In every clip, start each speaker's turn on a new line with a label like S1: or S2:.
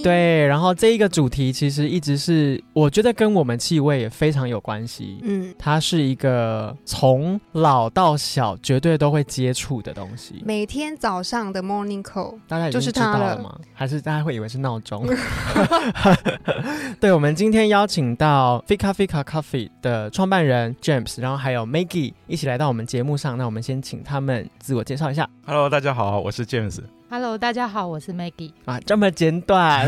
S1: 对，然后这一个主题其实一直是我觉得跟我们气味也非常有关系。
S2: 嗯，
S1: 它是一个从老到小绝对都会接触的东西，
S2: 每天早上的 morning call，
S1: 大家已
S2: 就
S1: 经
S2: 是
S1: 知
S2: 它
S1: 道
S2: 了
S1: 了吗？还是大家会以为是闹钟？ 对，我们今天邀请到 Fika Fika Coffee 的创办人 James，然后还有 Maggie 一起来到我们节目上。那我们先请他们自我介绍一下
S3: Hello，大家好，我是 James。
S4: Hello，大家好，我是 Maggie。
S1: 啊，这么 简短，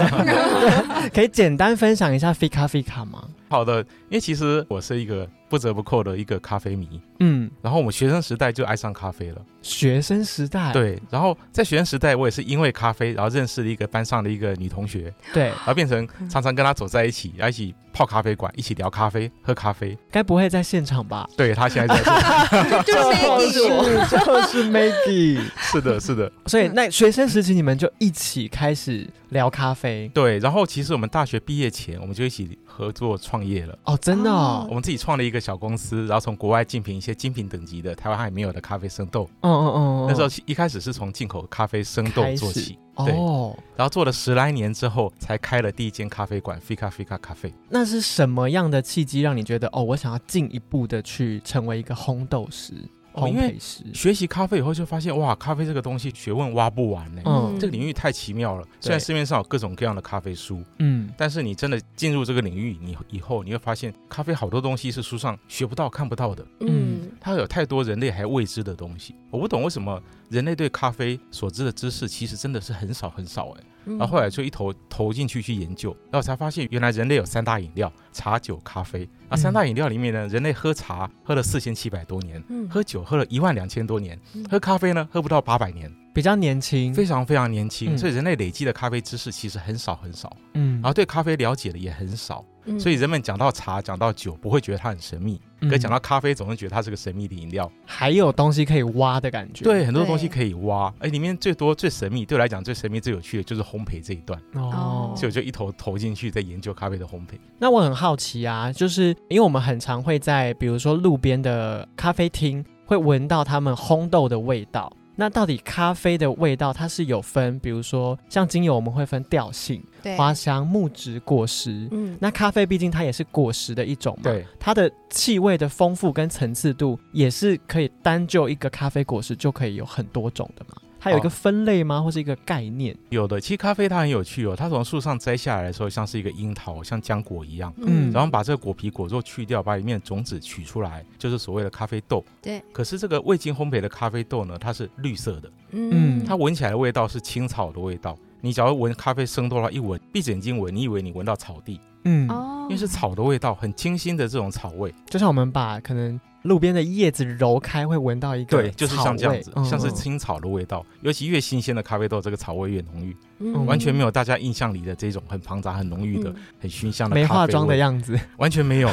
S1: 可以简单分享一下 Fika Fika 吗？
S3: 好的，因为其实我是一个不折不扣的一个咖啡迷，
S1: 嗯，
S3: 然后我们学生时代就爱上咖啡了。
S1: 学生时代，
S3: 对，然后在学生时代，我也是因为咖啡，然后认识了一个班上的一个女同学，
S1: 对，
S3: 然后变成常常跟她走在一起，然后一起泡咖啡馆，一起聊咖啡、喝咖啡。
S1: 该不会在现场吧？
S3: 对她现在在
S2: 就是
S1: 就是我
S2: Maggie。
S1: 就 是 Maggie。
S3: 是的，是的，
S1: 所以那学生时期你们就一起开始聊咖啡
S3: 对。然后其实我们大学毕业前，我们就一起合作创业了。
S1: 哦，真的哦
S3: 我，们自己创了一个小公司，然后从国外竞品一些精品等级的台湾还没有的咖啡生豆。
S1: 嗯嗯嗯，嗯
S3: 那时候一开始是从进口咖啡生豆
S1: 开
S3: 做
S1: 始
S3: 起，对
S1: 哦，
S3: 然后做了十来年之后，才开了第一间咖啡馆 Fika Fika 咖啡。
S1: 那是什么样的契机让你觉得哦，我想要进一步的去成为一个烘豆师、
S3: 哦
S1: 烘
S3: 因为
S1: 焙师？
S3: 学习咖啡以后，就发现哇，咖啡这个东西学问挖不完呢、
S1: 嗯
S3: 这个领域太奇妙了。虽然市面上有各种各样的咖啡书，
S1: 嗯，
S3: 但是你真的进入这个领域，你以后你会发现，咖啡好多东西是书上学不到、看不到的。
S2: 嗯，
S3: 它有太多人类还未知的东西。我不懂为什么人类对咖啡所知的知识，其实真的是很少很少哎、
S2: 嗯
S3: 然后后来就一头投进去去研究，然后才发现原来人类有三大饮料：茶、酒、咖啡。
S2: 嗯
S3: 啊，三大饮料里面呢，人类喝茶喝了四千七百多年，
S2: 嗯
S3: 喝酒喝了一万两千多年
S2: 嗯，
S3: 喝咖啡呢喝不到八百年，
S1: 比较年轻，
S3: 非常非常年轻。
S1: 嗯
S3: 所以人类累积的咖啡知识其实很少很少，
S1: 嗯
S3: 然后对咖啡了解的也很少。
S2: 嗯
S3: 所以人们讲到茶、讲到酒，不会觉得它很神秘；可讲到咖啡，总是觉得它是个神秘的饮
S2: 嗯
S3: 料。
S1: 嗯还有东西可以挖的感觉，
S3: 对，很多
S2: 对
S3: 东西可以挖，哎而里面最多最神秘，对我来讲最神秘最有趣的就是烘焙这一段。
S1: 哦
S2: 哦，
S3: 所以我就一头投进去，在研究咖啡的烘焙。
S1: 那我很好奇啊，就是因为我们很常会在比如说路边的咖啡厅会闻到他们烘豆的味道。那到底咖啡的味道它是有分，比如说像精油我们会分调性、
S2: 对，
S1: 花香、木质、果实。
S2: 嗯，
S1: 那咖啡毕竟它也是果实的一种嘛，
S3: 对，
S1: 它的气味的丰富跟层次度也是可以单就一个咖啡果实就可以有很多种的嘛。它有一个
S3: 哦
S1: 分类吗，或是一个概念？
S3: 有的，其实咖啡它很有趣哦，它从树上摘下来的时候，像是一个樱桃，像浆果一样，
S1: 嗯
S3: 然后把这个果皮果肉去掉，把里面的种子取出来，就是所谓的咖啡豆。
S2: 对，
S3: 可是这个未经烘焙的咖啡豆呢，它是绿色的，
S1: 嗯
S3: 它闻起来的味道是青草的味道。你只要闻咖啡生豆的话，一闻，闭着眼睛闻，你以为你闻到草地，
S1: 嗯，
S2: 哦
S3: 因为是草的味道，很清新的这种草味。
S1: 就像我们把可能路边的叶子揉开，会闻到一个
S3: 对，就是像这样子
S1: 草，味
S3: 像是
S1: 嗯
S3: 青草的味道。尤其越新鲜的咖啡豆，这个草味越浓郁，
S2: 嗯
S3: 完全没有大家印象里的这种很庞杂、很浓郁的、
S2: 嗯
S3: 很熏香的
S1: 没
S3: 咖啡
S1: 化妆的
S3: 味
S1: 样子。
S3: 完 全没有，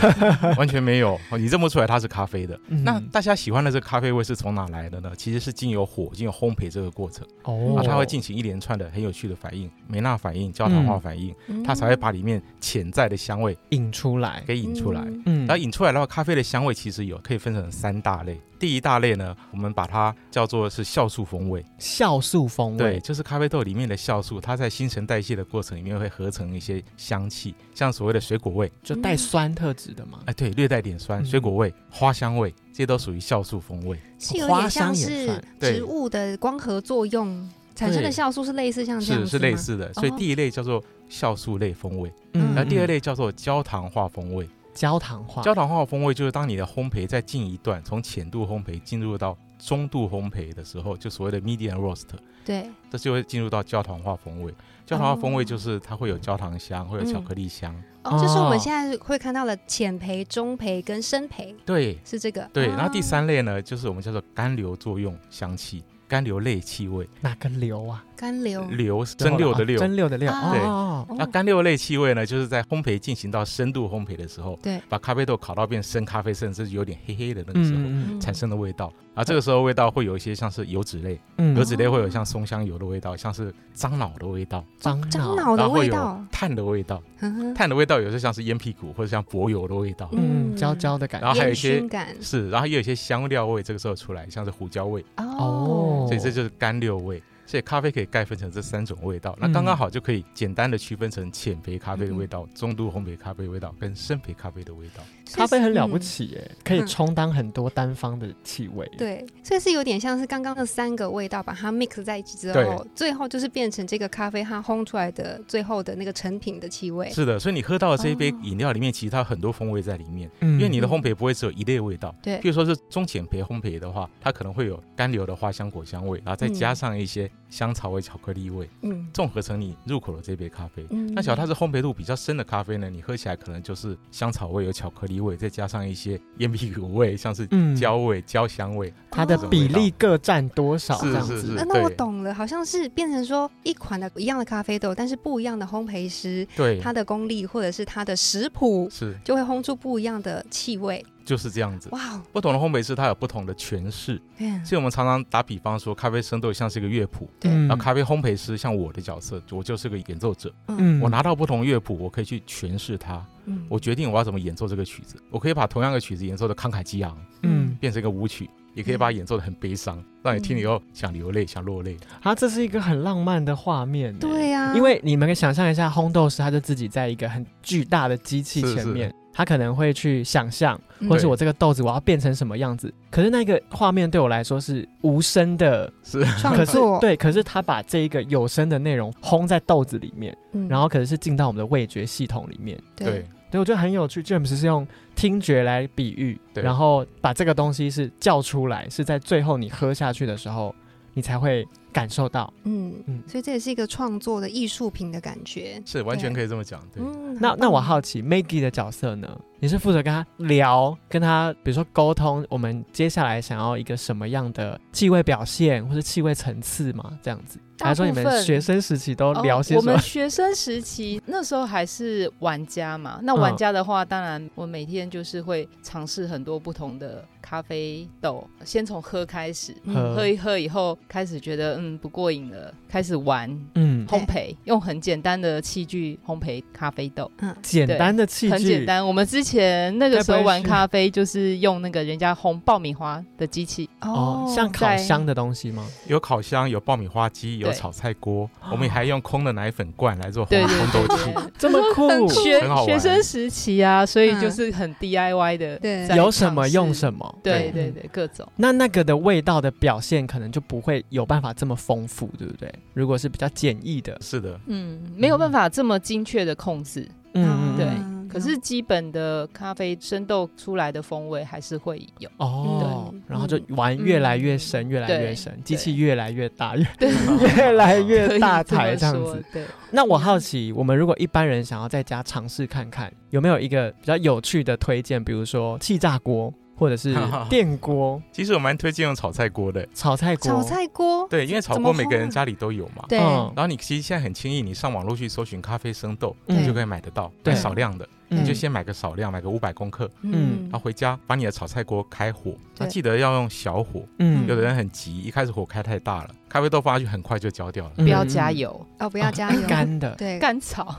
S3: 完全没有。哦你认不出来它是咖啡的。那
S1: 嗯
S3: 大家喜欢的这个咖啡味是从哪来的呢？其实是经由火、经由烘焙这个过程，
S1: 哦
S3: 啊，它会进行一连串的很有趣的反应，梅纳反应、焦糖
S1: 嗯
S3: 化反应，
S2: 嗯
S3: 它才会把里面潜在的香味
S1: 引出来。
S3: 给引出来。哦
S2: 嗯
S1: 嗯
S3: 然后引出来的话，咖啡的香味其实有可以分成三大类。第一大类呢，我们把它叫做是酵素风味，
S1: 酵素风
S3: 对，
S1: 味，
S3: 就是咖啡豆里面的酵素，它在新陈代谢的过程里面会合成一些香气，像所谓的水果味，
S1: 就带酸特质的嘛。
S3: 哎，对，略带点酸，
S1: 嗯
S3: 水果味、花香味，这些都属于酵素风味。
S2: 是有
S1: 花
S2: 点像
S1: 香也
S2: 是
S1: 算
S3: 对
S2: 植物的光合作用产生的
S3: 对
S2: 酵素是类似像这样
S3: 是
S2: 子
S3: 是类
S2: 吗，
S3: 似的，所以
S2: 哦
S3: 第一类叫做酵素类风味，
S2: 嗯
S3: 然后第二类叫做焦糖化风味。
S1: 焦糖化，
S3: 焦糖化风味就是当你的烘焙在近一段从浅度烘焙进入到中度烘焙的时候，就所谓的 medium roast，
S2: 对，
S3: 这就会进入到焦糖化风味。焦糖化风
S2: 哦
S3: 味就是它会有焦糖香，会有巧克力香，
S2: 哦，就是我们
S1: 哦
S2: 现在会看到的浅培、中培跟深培
S3: 对。
S2: 是这个，
S3: 对，
S2: 哦
S3: 然后第，三类呢，就是我们叫做干流作用香气，甘硫类气味，
S1: 哪个硫啊？
S2: 甘硫
S3: 硫蒸馏的
S1: 哦
S3: 馏。
S1: 蒸馏的馏。
S2: 啊
S3: 对
S1: 哦，
S3: 那甘硫类气味呢，就是在烘焙进行到深度烘焙的时候，
S2: 对，
S3: 把咖啡豆烤到变深咖啡，甚至有点黑黑的那个时候。
S1: 嗯嗯
S3: 产生的味道啊，这个时候味道会有一些像是油脂类，
S1: 嗯
S3: 油
S1: 嗯，
S3: 脂类会有像松香油的味道，像是樟脑的味道，
S1: 樟
S2: 樟脑的
S1: 脑，
S2: 哦
S3: 然后会
S2: 味
S3: 有
S2: 道，嗯
S3: 碳的味道，
S2: 呵呵
S3: 碳的味道有时候像是烟屁股或者像柏油的味道，
S1: 嗯，焦焦的感
S3: 然后
S1: 觉。
S3: 还
S2: 烟
S3: 有一些
S2: 熏感
S3: 是，然后也有一些香料味，这个时候出来像是胡椒味，
S2: 哦
S1: 哦
S3: 所以这就是甘蔗味。所以咖啡可以概分成这三种味道，那刚
S2: 嗯
S3: 刚好就可以简单的区分成浅焙咖啡的味道、中度烘焙咖啡的味道跟深焙咖啡的味道。
S2: 所以
S1: 咖啡
S2: 是
S1: 很了
S2: 嗯
S1: 不起耶，可以
S2: 嗯
S1: 充当很多单方的气味。，
S2: 对，所以是有点像是刚刚那三个味道把它 mix 在一起之后
S3: 对，
S2: 最后就是变成这个咖啡它烘出来的最后的那个成品的气味。
S3: 是的，所以你喝到的这一杯
S2: 哦嗯
S3: 饮料里面，其实它有很多风味在里面，
S1: 因
S3: 因为你的烘焙不会只有一类味道。
S2: 对
S3: 譬如说是中浅焙烘焙的话，它可能会有甘硫的花香果香味，然后再加上一些香草味、巧克力味，
S2: 嗯
S3: 综合成你入口的这杯咖啡。
S2: 嗯
S3: 那小它是烘焙度比较深的咖啡呢，你喝起来可能就是香草味、有巧克力味，再加上一些烟屁股味，像是
S1: 嗯
S3: 焦味、焦香味。
S1: 它的比例各占多少
S3: 是
S1: 这样
S3: 是
S1: 子？嗯
S2: 呃
S3: 是
S2: 那我
S3: 对
S2: 懂了，好像是变成说一款的一样的咖啡豆，但是不一样的烘焙师，
S3: 对，
S2: 他的功力或者是他的食谱，
S3: 是
S2: 就会烘出不一样的气味。
S3: 就是这样子。
S2: 哇哦，
S3: 不同的烘焙师它有不同的诠释，
S2: 嗯
S3: 所以我们常常打比方说，咖啡生豆像是一个乐谱，
S2: 对
S1: 嗯
S3: 然后咖啡烘焙师像我的角色，我就是个演奏者。
S1: 嗯
S3: 我拿到不同乐谱，我可以去诠释它。
S2: 嗯
S3: 我决定我要怎么演奏这个曲子，我可以把同样的曲子演奏的慷慨激昂，
S1: 嗯，
S3: 变成一个舞曲，也可以把它演奏的很悲伤，让你听了以后想流泪、想落泪。
S1: 啊，这是一个很浪漫的画面耶。
S2: 对啊呀、
S1: 因为你们可以想象一下，烘豆师他就自己在一个很巨大的机器
S3: 是
S1: 前
S3: 是
S1: 面，他可能会去想象，
S2: 嗯
S1: 或者是我这个豆子我要变成什么样子。可是那个画面对我来说是无声的，
S3: 是，
S2: 创
S1: 可是
S2: 作，
S1: 对，可是他把这一个有声的内容烘在豆子里面，
S2: 嗯
S1: 然后可能是进到我们的味觉系统里面。
S2: 对，
S1: 对，我觉得很有趣。James 是用听觉来比喻，
S3: 对
S1: 然后把这个东西是叫出来，是在最后你喝下去的时候，你才会感受到。
S2: 嗯
S1: 嗯
S2: 所以这也是一个创作的艺术品的感觉。
S3: 是完全可以这么讲。对，
S2: 嗯，
S1: 那
S2: 好
S1: 那我
S2: 棒
S1: 好奇 Maggie 的角色呢？你是负责跟他聊，跟他比如说沟通，我们接下来想要一个什么样的气味表现，或是气味层次吗？这样子，
S4: 大
S1: 还是说你
S4: 部
S1: 们
S4: 分
S1: 学生时期都
S4: 哦
S1: 聊些
S4: 我
S1: 什么
S4: 们？学生时期那时候还是玩家嘛，
S1: 嗯
S4: 那玩家的话，当然我每天就是会尝试很多不同的咖啡豆，先从喝开始，
S2: 嗯
S1: 喝
S4: 喝一喝以后，开始觉得嗯不过瘾了，开始玩
S1: 嗯，
S4: 烘焙，用很简单的器具烘焙咖啡豆。
S2: 嗯
S1: 简单的器具，
S4: 很简单，我们之前那个时候
S1: 该不会
S4: 玩
S1: 是
S4: 咖啡就是用那个人家烘爆米花的机器，
S1: 哦，像烤
S4: 在
S1: 箱的东西吗？
S3: 有烤箱，有爆米花机，有
S4: 对
S3: 炒菜锅，我们还用空的奶粉罐来做烘
S4: 对对
S3: 烘豆器。
S4: 对
S1: 这么酷，
S4: 学
S3: 很好玩
S4: 学生时期啊，所以
S2: 嗯
S4: 就是很 DIY 的，
S2: 对
S1: 有什么用
S4: 么。
S1: 什么。
S4: 对
S3: 对
S4: 对对，各种
S1: 那那个的味道的表现可能就不会有办法这么丰富，对不对？如果是比较简易的，
S3: 是的，
S4: 嗯，没有办法这么精确的控制，
S1: 嗯，嗯
S4: 对
S1: 嗯
S2: 嗯
S4: 可是基本的咖啡生豆出来的风味还是会有。
S1: 哦
S2: 对，
S1: 然后就玩越来越深，越来越深，机器越来越大，越
S4: 对，
S1: 越来越
S4: 可以
S1: 大
S4: 这么
S1: 台这样
S4: 说
S1: 子。。嗯
S4: 对，
S1: 那我好奇，我们如果一般人想要在家尝试看看，有没有一个比较有趣的推荐？比如说气炸锅，或 者是电锅、
S3: 其实我蛮推荐用炒菜锅的，
S1: 炒菜锅。
S2: 炒菜锅，
S3: 对，因为炒
S2: 怎
S3: 锅
S2: 么
S3: 每个
S2: 烘
S3: 人
S2: 啊
S3: 家里都有嘛。
S2: 对，
S1: 嗯
S3: 然后你其实现在很轻易，你上网络去搜寻咖啡生豆，
S1: 嗯
S3: 你就可以买得到，
S1: 对
S3: 买少量的，
S1: 嗯
S3: 你就先买个少量，买个五百公克，
S1: 嗯
S3: 然
S2: 哦
S3: 后回家把你的炒菜锅开火，那
S2: 对
S3: 记得要用小火，
S1: 嗯
S3: 有的人很急，一开始火开太大了，咖啡豆放下去很快就焦
S1: 嗯
S3: 掉了。
S4: 不要加，油，
S2: 哦，不
S1: 不
S2: 要加油，
S1: 啊干 的，
S2: 对，
S4: 干草。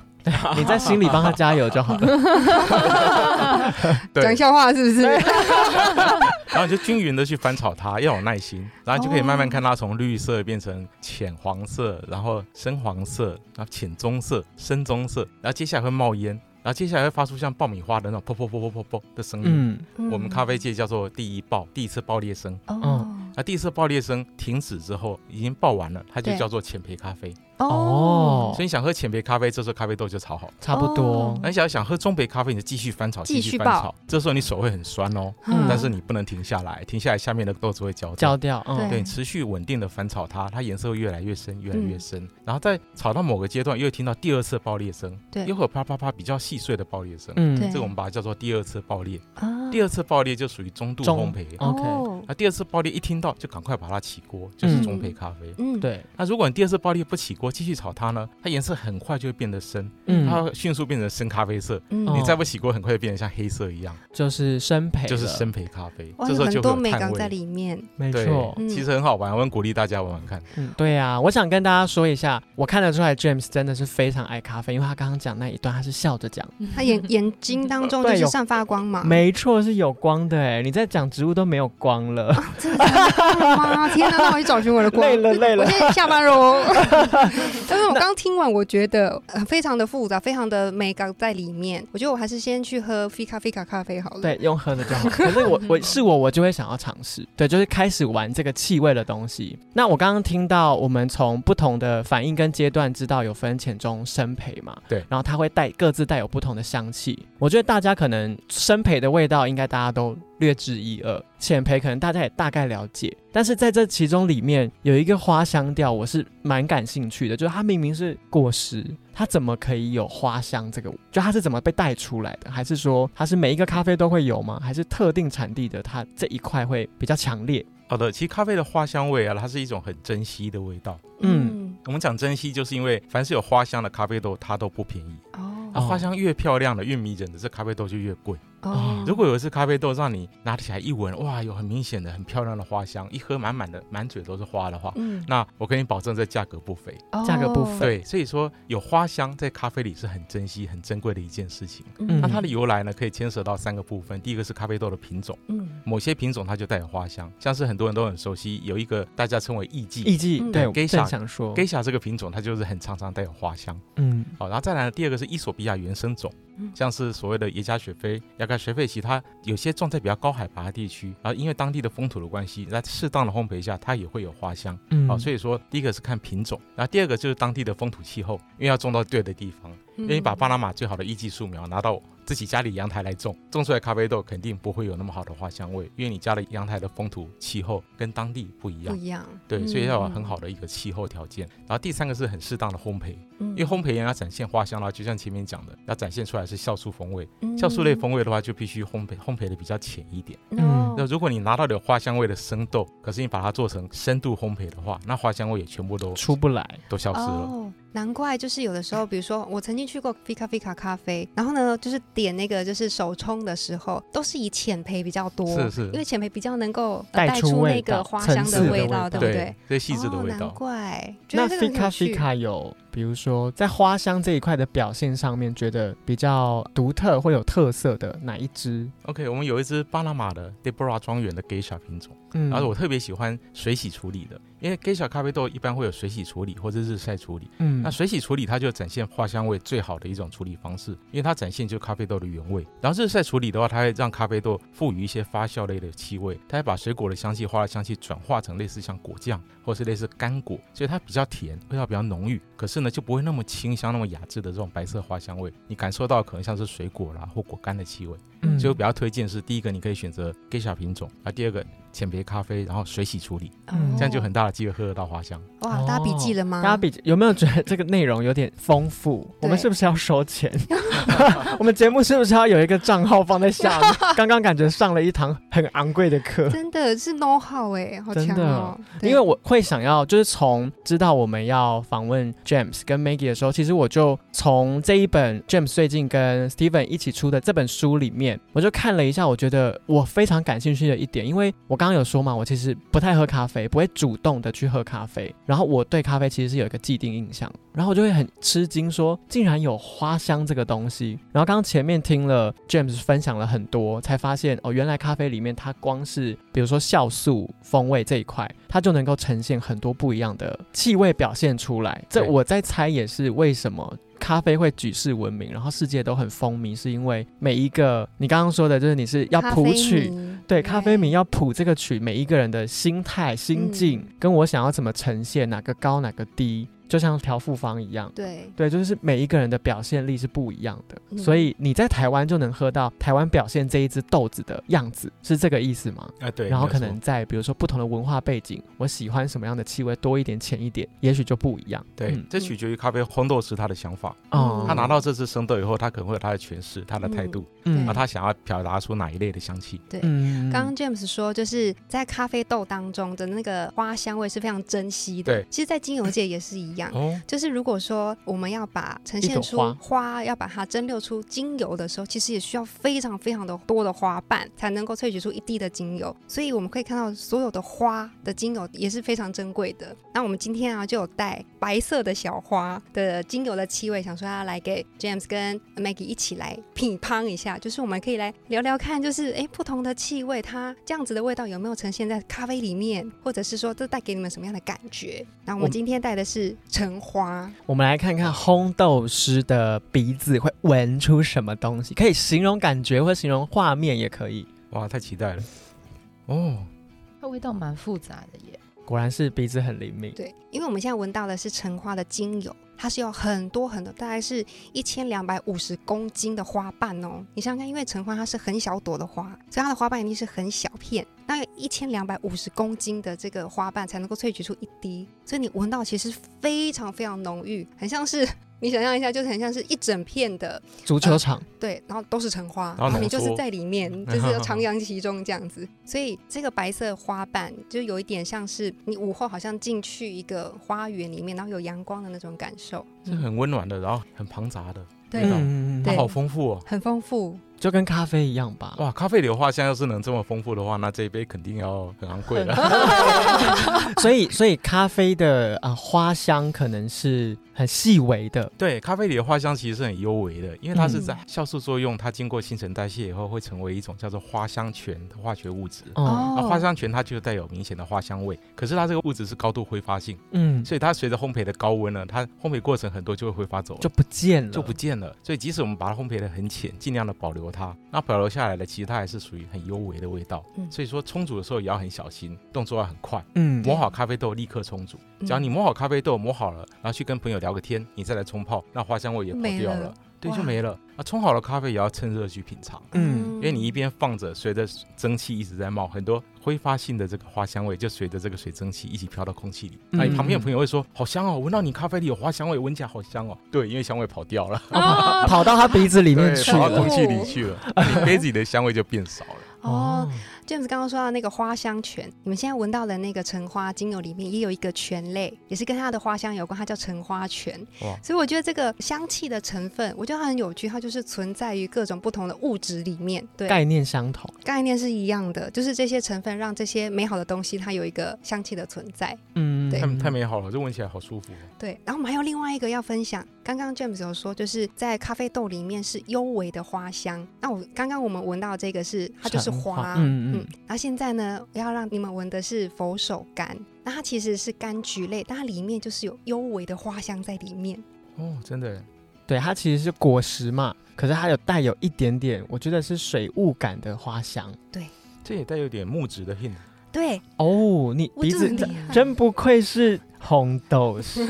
S1: 你在心里帮他加油就好了。
S2: 讲
S3: 对，
S2: 笑话是不是？
S3: 然后你就均匀的去翻炒它，要有耐心，然后就可以慢慢
S2: 哦
S3: 看它从绿色变成浅黄色，然后深黄色，然后浅棕色、深棕色，然后接下来会冒烟，然后接下来会发出像爆米花的那种噗噗噗噗噗噗的声音。
S1: 嗯，
S2: 嗯
S3: 我们咖啡界叫做第一爆，第一次爆裂声。
S1: 嗯
S2: 哦
S3: 那第一次爆裂声停止之后，已经爆完了，它就
S2: 对
S3: 叫做浅焙咖啡。
S1: 哦
S2: 哦，
S3: 所以你想喝浅焙咖啡，这时候咖啡豆就炒好。
S1: 差不多
S2: 哦。
S3: 那你想想喝中焙咖啡，你就继续翻炒，
S2: 继续
S3: 继续翻炒，这时候你手会很酸哦，
S1: 嗯
S3: 但是你不能停下来，停下来下面的豆子会焦
S1: 焦
S3: 掉。
S1: 掉，嗯，
S3: 对，持续稳定的翻炒它，它颜色会越来越深，越来越
S2: 嗯
S3: 深，然后再炒到某个阶段，又会听到第二次爆裂声，
S2: 对
S3: 又会有啪啪啪比较细碎的爆裂声。
S1: 嗯，
S2: 对
S3: 这个我们把它叫做第二次爆裂。
S2: 啊
S3: 第二次爆裂就属于中度烘
S1: 中
S3: 焙。
S1: 哦 OK
S2: 哦
S3: 啊，第二次爆裂一听到就赶快把它起锅，就是中焙咖啡。
S2: 嗯，
S1: 对，
S3: 那如果你第二次爆裂不起锅，继续炒它呢，它颜色很快就会变得深，它
S1: 嗯，
S3: 会迅速变成深咖啡色。
S2: 嗯，
S1: 哦
S3: 你再不起锅，很快就变得像黑色一样，
S1: 就是生培，
S3: 就是，生焙咖啡。
S2: 哇，有
S3: 这时候
S2: 很
S3: 就会
S2: 多
S3: 有
S2: 美
S3: 碳
S2: 感在
S3: 味。
S2: 里面，
S1: 没
S3: 对
S1: 错，
S2: 嗯
S3: 其实很好玩，我很鼓励大家玩玩看。
S1: 嗯，对啊，我想跟大家说一下，我看得出来 James 真的是非常爱咖啡，因为他刚刚讲那一段他是笑着讲，
S2: 他 眼
S4: 嗯
S2: 眼睛当中就
S1: 对
S2: 是
S1: 有
S2: 散发光芒，
S1: 没错是有光的哎，你在讲植物都没有光了，
S2: 啊真的散发光吗？天哪，那我去找寻我的光
S1: 累。了累
S2: 我
S1: 了，
S2: 现在下班了哦，但是我刚听完，我觉得呃非常的复杂，非常的美感在里面。我觉得我还是先去喝菲卡菲卡咖啡好了。
S1: 对，用喝的就好。可是我我是我我就会想要尝试，对，就是开始玩这个气味的东西。那我刚刚听到我们从不同的反应跟阶段知道有分浅中深培嘛，
S3: 对
S1: 然后它会带各自带有不同的香气。我觉得大家可能深培的味道应该大家都略知一二，浅培可能大家也大概了解。但是在这其中里面有一个花香调，我是蛮感兴趣的，就是它明明是果实，它怎么可以有花香？这个就它是怎么被带出来的？还是说它是每一个咖啡都会有吗？还是特定产地的它这一块会比较强烈？
S3: 好的，哦其实咖啡的花香味啊，它是一种很珍惜的味道。
S1: 嗯
S3: 我们讲珍惜，就是因为凡是有花香的咖啡豆，它都不便宜。
S2: 嗯，哦
S1: 啊
S3: 它花香越漂亮的、越迷人的，这咖啡豆就越贵。
S2: 哦，
S3: 如果有一次咖啡豆让你拿起来一闻，哇，有很明显的、很漂亮的花香，一喝满满的，满嘴都是花的话，
S2: 嗯哦
S3: 那我跟你保证，这价格不菲。
S1: 价格不菲
S3: 对，所以说有花香在咖啡里是很珍惜、很珍贵的一件事情。
S1: 嗯
S3: 那它的由来呢，可以牵涉到三个部分。第一个是咖啡豆的品种，
S2: 嗯
S3: 某些品种它就带有花香，像是很多人都很熟悉，有一个大家称为艺
S1: 艺
S3: 妓。
S1: 伎、
S2: 嗯
S1: 对，
S3: 给
S1: 我
S3: 想
S1: 正想说，
S3: cây 霞这个品种，它就是很常常带有花香。
S1: 嗯
S3: 好，然后再来呢，第二个是伊索比亚原生种
S2: 嗯，
S3: 像是所谓的耶加雪菲、雅加雪菲奇，它有些种在比较高海拔的地区，然后因为当地的风土的关系，在适当的烘焙下，它也会有花香。
S1: 嗯
S3: 好、哦所以说第一个是看品种，然后第二个就是当地的风土气候，因为要种到对的地方，
S2: 嗯
S3: 愿意把巴拿马最好的一季树苗拿到自己家里阳台来种，种出来咖啡豆肯定不会有那么好的花香味，因为你家的阳台的风土气候跟当地不一
S2: 不
S3: 样。
S2: 一样，
S3: 啊对，所以
S2: 嗯
S3: 要有很好的一个气候条件。然后第三个是很适当的烘焙，
S2: 因
S3: 因为烘焙要展现花香啦，就像前面讲的，要展现出来是酵素风味。
S2: 焙
S3: 酵素类风味的话，就必须烘焙烘焙的比较浅一点。
S2: 哦
S1: 嗯
S3: 那如果你拿到有花香味的生豆，可是你把它做成深度烘焙的话，那花香味也全部都
S1: 出不来，
S3: 都消失了。
S2: 哦，难怪就是有的时候，比如说我曾经去过 Fika Fika 咖啡，然后呢，就是点那个就是手冲的时候，都是以浅焙比较多，
S3: 是是
S2: 因为浅焙比较能够呃
S1: 带
S2: 带
S1: 出
S2: 出
S1: 味
S2: 那个
S1: 道
S2: 花
S1: 层
S2: 香
S1: 次的
S2: 味
S1: 味
S2: 道，
S1: 道
S2: 对不对？
S3: 最细致的味
S2: 哦、
S3: 道
S2: 难。怪，觉
S1: 那
S2: 得这个很
S1: 菲卡
S2: 有
S1: 菲
S2: 趣。
S1: 卡有，比如说在花香这一块的表现上面，觉得比较独特或有特色的哪一支？
S3: OK，我们有一只巴拿马的 Deborah 庄园的 Geisha 品种，
S1: 嗯
S3: 啊然后我特别喜欢水洗处理的，因为 Geisha 咖啡豆一般会有水洗处理或者日晒处理。
S1: 嗯
S3: 那水洗处理它就展现花香味最好的一种处理方式，因为它展现就咖啡豆的原味。然后日晒处理的话，它会让咖啡豆赋予一些发酵类的气味，它会把水果的香气、花的香气转化成类似像果酱或是类似干果，所以它比较甜，味道比较浓郁，可是呢就不会那么清香、那么雅致的这种白色花香味，你感受到可能像是水果啦或果干的气味。
S1: 嗯
S3: 所以我比较推荐是第一个，你可以选择 Geisha 品种，啊，第二个浅焙咖啡，然后水洗处理，
S1: 嗯
S3: 这样就很大的机会喝得到花香。
S2: 哦哇，大家笔记了吗？
S1: 哦大家比有没有觉得这个内容有点丰富？我们
S2: 对
S1: 是不是要收钱？ 我们节目是不是要有一个账号放在下面？刚刚感觉上了一堂很昂贵的课。
S2: 真的是 know how 哎，好
S1: 真
S2: 强
S1: 的
S2: 哦！对
S1: 因为我会想要，就是从知道我们要访问 James 跟 Maggie 的时候，其实我就从这一本 James 最近跟 Steven 一起出的这本书里面，我就看了一下，我觉得我非常感兴趣的一点，因为我刚刚有说嘛，我其实不太喝咖啡，不会主动的去喝咖啡，然后我对咖啡其实是有一个既定印象，然后我就会很吃惊说，竟然有花香这个东西。然后刚刚前面听了 James 分享了很多，才发现哦，原来咖啡里面它光是比如说酵素、风味这一块，它就能够呈现很多不一样的气味表现出来。这
S3: 对
S1: 我在猜也是为什么。咖啡会举世闻名，然后世界都很风靡，是因为每一个你刚刚说的，就是你是要
S2: 咖
S1: 谱
S2: 啡
S1: 曲，
S2: 迷
S1: 对，咖啡迷要谱这个曲，每一个人的心态、心境，跟我想要怎么呈现，哪个高哪个低，就像调复方一样。
S2: 对，
S1: 对，就是每一个人的表现力是不一样的，
S2: 嗯
S1: 所以你在台湾就能喝到台湾表现这一支豆子的样子，是这个意思吗？
S3: 啊，对，
S1: 然后
S3: 没有
S1: 可能
S3: 错
S1: 在比如说不同的文化背景，我喜欢什么样的气味多一点、浅一点，也许就不一样。
S3: 对，
S1: 嗯哦
S3: 这取决于咖啡烘豆师他的想法。
S2: 嗯
S3: 他拿到这支生豆以后，他可能会有他的诠释、他的态度，啊
S1: 嗯
S3: 那、他想要表达出哪一类的香气？
S1: 嗯
S2: 刚刚 James 说，就是在咖啡豆当中的那个花香味是非常珍惜的。
S3: 对
S2: 其实，在精油界也是一样。
S3: 哦，
S2: 就是如果说我们要把呈现
S1: 一
S2: 出
S1: 朵花
S2: 花，要把它蒸馏出精油的时候，其实也需要非常非常的多的花瓣，才能够萃取出一滴的精油。所以我们可以看到，所有的花的精油也是非常珍贵的。那我们今天啊，就有带白色的小花的精油的气味，想说要来给 James 跟 Maggie 一起来品乓一下，就是我们可以来聊聊看，就是诶不同的气味，它这样子的味道有没有呈现在咖啡里面，或者是说这带给你们什么样的感觉？那我
S1: 我
S2: 们今天带的是橙花。
S1: 我们来看看烘豆师的鼻子会闻出什么东西，可以形容感觉或形容画面也可以。
S3: 哇，太期待了！哦，
S4: 它味道蛮复杂的耶。
S1: 果然是鼻子很灵敏。
S2: 对，因为我们现在闻到的是橙花的精油，它是有很多很多，大概是一千两百五十公斤的花瓣哦。你想想看，因为橙花它是很小朵的花，所以它的花瓣一定是很小片。那有一千两百五十公斤的这个花瓣才能够萃取出一滴，所以你闻到其实非常非常浓郁，很像是 你想象一下，就是很像是一整片的
S1: 足球场，
S2: 对，然后都是橙花，
S3: 然后浓
S2: 你就是
S3: 缩
S2: 在里面， 就是要徜徉其中这样子。所以这个白色花瓣就有一点像是你午后好像进去一个花园里面，然后有阳光的那种感受。
S3: 是很温暖的，然后很庞杂的，
S2: 对，
S3: 味道
S1: 嗯
S3: 它
S2: 对
S3: 好丰富哦。
S2: 很丰富。
S1: 就跟咖啡一样吧。
S3: 哇，咖啡里的话，现在要是能这么丰富的话，那这一杯肯定要很 昂 贵了。
S1: 所以，所以咖啡的啊、呃花香可能是很细微的，
S3: 对，咖啡里的花香其实是很幽微的，因为它是
S2: 嗯
S3: 在酵素作用，它经过新陈代谢以后，会成为一种叫做花香醛的化学物质。
S1: 哦，
S3: 那啊花香醛它就带有明显的花香味，可是它这个物质是高度挥发性，
S1: 嗯，
S3: 所以它随着烘焙的高温呢，它烘焙过程很多就会挥发走了
S1: 就不见了，
S3: 就不见了。所以即使我们把它烘焙的很浅，尽量的保留它，那保留下来的其实它还是属于很幽微的味道。
S2: 嗯
S3: 所以说冲煮的时候也要很小心，动作要很快。
S1: 嗯，
S3: 磨好咖啡豆立刻冲煮，
S2: 嗯
S3: 只要你磨好咖啡豆磨好了，然后去跟朋友聊个天，你再来冲泡，那花香味也跑
S2: 没
S3: 掉
S2: 了
S3: 了，对，就
S2: 哇
S3: 没了。啊，冲好了咖啡也要趁热去品 尝。
S1: 嗯
S3: 因为你一边放着，随着蒸汽一直在冒，很多挥发性的这个花香味就随着这个水蒸气一起飘到空气里。
S1: 嗯
S3: 那你旁边的朋友会说：“好香哦，闻到你咖啡里有花香味，闻起来好香哦。”对，因为香味跑掉了，
S1: 哦跑跑到他鼻子里面
S3: 对
S1: 去
S3: 跑到
S2: 了
S3: 空气里去了，你杯子里的香味就变少了。
S2: 哦，James 刚刚说到那个花香醛，你们现在闻到的那个橙花精油里面也有一个醛类，也是跟它的花香有关，它叫橙花醛
S3: 哇。
S2: 所以我觉得这个香气的成分，我觉得它很有趣，它就是存在于各种不同的物质里面。对，
S1: 概念相同，
S2: 概念是一样的，就是这些成分让这些美好的东西它有一个香气的存在。
S1: 嗯，
S2: 对
S3: 太太美好了，这闻起来好舒服哦。
S2: 对，然后我们还有另外一个要分享，刚刚 James 有说，就是在咖啡豆里面是幽微的花香。那我刚刚我们闻到这个是它就是
S1: 橙花
S2: 花，
S1: 嗯嗯
S2: 那现在呢，我要让你们闻的是佛手柑，那它其实是柑橘类，但它里面就是有幽微的花香在里面。
S3: 哦，真的耶，
S1: 对，它其实是果实嘛，可是它有带有一点点，我觉得是水雾感的花香。
S3: 这也带有点木质的 hint。
S2: 对，
S1: 哦，你
S2: 我
S1: 鼻
S2: 真的
S1: 子
S2: 很厉害
S1: 真不愧是红豆 师，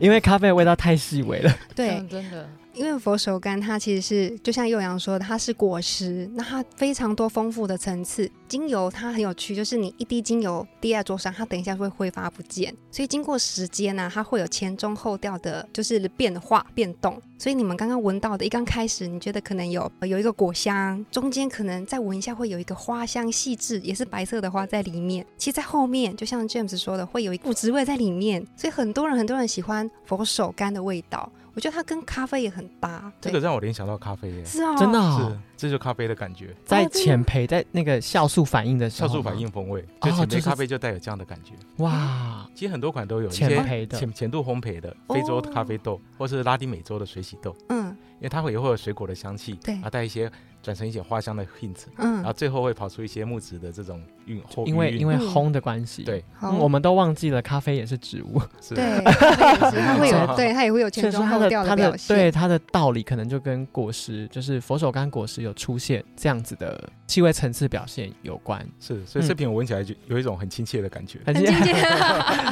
S1: 因为咖啡的味道太细微了。
S2: 对，
S4: 嗯真的，
S2: 因为佛手柑它其实是就像幼阳说的，它是果实，那它非常多丰富的层次。精油它很有趣，就是你一滴精油滴在桌上，它等一下会挥发不见，所以经过时间啊呢、它会有前中后调的，就是变化变动。所以你们刚刚闻到的，一刚开始你觉得可能有呃有一个果香，中间可能再闻一下会有一个花香细致，也是白色的花在里面。其实，在后面就像 James 说的，会有一股植味在里面，所以很多人很多人喜欢佛手柑的味道。我觉得它跟咖啡也很搭，
S3: 这
S2: 对
S3: 个让我联想到咖啡耶，
S2: 是啊，
S1: 真的、哦
S3: 是，，这就是咖啡的感觉，
S1: 在
S2: 哦真的
S1: 浅焙，在那个酵素反应的时
S3: 酵
S1: 候，
S3: 素反，应哦风味，
S1: 哦
S3: 就浅
S1: 就
S3: 焙
S1: 是
S3: 咖啡就带有这样的感觉。
S1: 哇，
S3: 其实很多款都有，一
S1: 浅
S3: 些
S1: 焙的
S3: 浅浅度烘焙的非洲
S2: 哦
S3: 咖啡豆，或是拉丁美洲的水洗豆，
S2: 嗯，
S3: 因为它会也会有水果的香气，
S2: 对
S3: 啊，带一些转成一些花香的 hint，然
S1: 啊
S3: 后
S2: 嗯，
S3: 最后会跑出一些木质的这种韵后
S1: 因为因
S3: 为
S1: 为
S2: 嗯
S1: 烘的关系，
S3: 对
S2: 好，
S1: 嗯，我们都忘记了咖啡也是植物，
S3: 是
S2: 对，它会
S3: 好
S2: 有，
S3: 好
S2: 对，它也会有
S1: 所以
S2: 前
S1: 说
S2: 中
S1: 它
S2: 后
S1: 的
S2: 调
S1: 它
S2: 表
S1: 的
S2: 现，
S1: 对它的道理可能就跟果实就是佛手柑果实有出现这样子的气味层次表现有关。
S3: 是，所以这瓶我闻起来就有一种很亲切的感觉。
S1: 很
S2: 很
S1: 亲
S2: 亲
S1: 切，
S2: 切，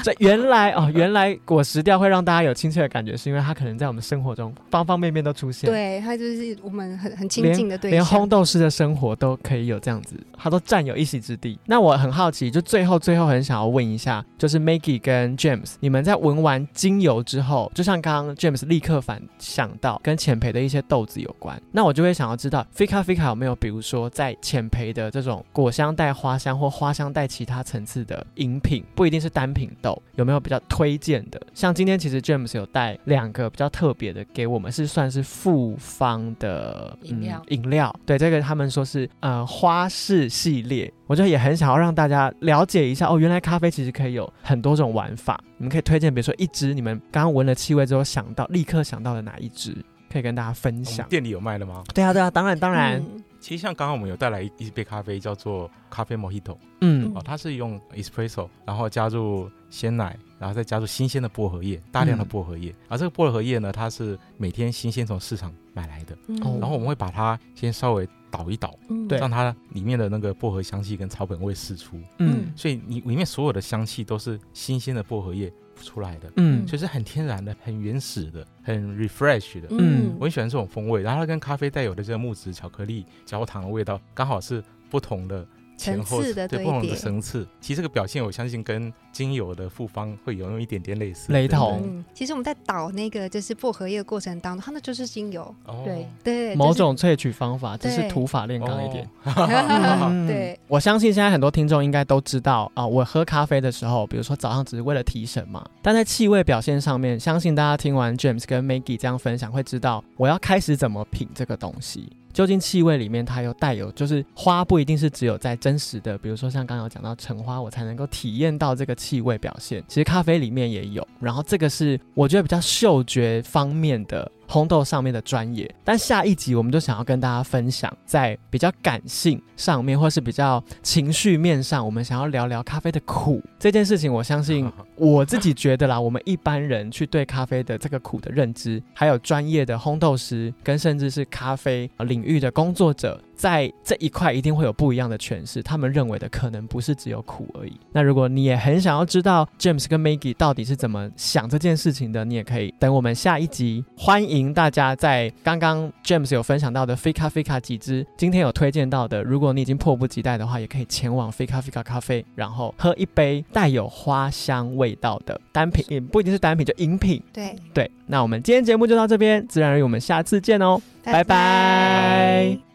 S1: 这原来哦，原来果实调会让大家有亲切的感觉，是因为它可能在我们生活中方方面面都出现。。
S2: 对，它就是我们很很亲近的对
S1: 连烘
S2: 象。
S1: 豆师的生活都可以有这样子，他都占有一席之地。那我很好奇，就最后最后很想要问一下，就是 Maggie 跟 James，你们在闻完精油之后，就像刚刚 James 立刻反想到跟浅培的一些豆子有关，那我就会想要知道 Fika Fika 有没有，比如说在浅培的这种果香带花香或花香带其他层次的饮品，不一定是单品豆，有没有比较推荐的？像今天其实 James 有带两个比较特别的给我们，是算是复方的
S4: 饮料
S1: 嗯饮料，对，这个他们说是呃花式系列，我就也很想要让大家了解一下哦，原来咖啡其实可以有很多种玩法。你们可以推荐，比如说一支你们刚刚闻了气味之后想到立刻想到的哪一支，可以跟大家分
S3: 我们
S1: 享。
S3: 店里有卖的吗？
S1: 嗯对啊，对啊，当然，当然，
S2: 嗯
S3: 其实像刚刚我们有带来一一杯咖啡，叫做咖啡 Mojito
S1: 嗯
S2: 嗯
S3: 哦，它是用 espresso，然后加入鲜奶，然后再加入新鲜的薄荷叶，大量的
S1: 嗯
S3: 薄荷叶。啊而这个薄荷叶呢，它是每天新鲜从市场买来的，
S2: 嗯
S1: 哦
S3: 然后我们会把它先稍微捣一捣，
S2: 嗯
S1: 对
S3: 让它里面的那个薄荷香气跟草本味释出。
S1: 嗯
S3: 所以你里面所有的香气都是新鲜的薄荷叶出来的，
S1: 嗯
S3: 所以是很天然的、很原始的、很 refresh 的。
S1: 嗯
S3: 我很喜欢这种风味，然后它跟咖啡带有的这个木质、巧克力、焦糖的味道，刚好是不同的前后
S2: 层次的
S3: 对
S2: 堆
S3: 不同的
S2: 叠
S3: 层次。其实这个表现，我相信跟精油的复方会有那么一点点类似，
S1: 雷
S3: 对不对
S1: 同
S2: 嗯，其实我们在捣那个就是薄荷叶的过程当中，它那就是精油，
S3: 哦
S4: 对
S2: 对，
S1: 某
S2: 就是
S1: 种萃取方法，只
S2: 对
S1: 嗯是哦土法炼钢一 点。
S2: 嗯
S1: 嗯
S2: 对，
S1: 我相信现在很多听众应该都知道啊、我喝咖啡的时候，比如说早上只是为了提神嘛，但在气味表现上面，相信大家听完 James 跟 Maggie 这样分享，会知道我要开始怎么品这个东西。究竟气味里面它有带有，就是花不一定是只有在真实的，比如说像刚刚有讲到橙花，我才能够体验到这个气味表现。其实咖啡里面也有，然后这个是我觉得比较嗅觉方面的烘豆上面的专业。但下一集我们就想要跟大家分享，在比较感性上面，或是比较情绪面上，我们想要聊聊咖啡的苦这件事情。我相 信我自己觉得啦，我们一般人去对咖啡的这个苦的认知，还有专业的烘豆师跟甚至是咖啡呃领域的工作者，在这一块一定会有不一样的诠释。他们认为的可能不是只有苦而已。那如果你也很想要知道 James 跟 Maggie 到底是怎么想这件事情的，你也可以等我们下一集。欢迎大家在刚刚 James 有分享到的 Fika Fika 几支，今天有推荐到的，如果你已经迫不及待的话，也可以前往 Fika Fika 咖啡，然后喝一杯带有花香味道的单品，也不一定是单品，就饮品。
S2: 对，
S1: 对，那我们今天节目就到这边，自然而然我们下次见哦。拜拜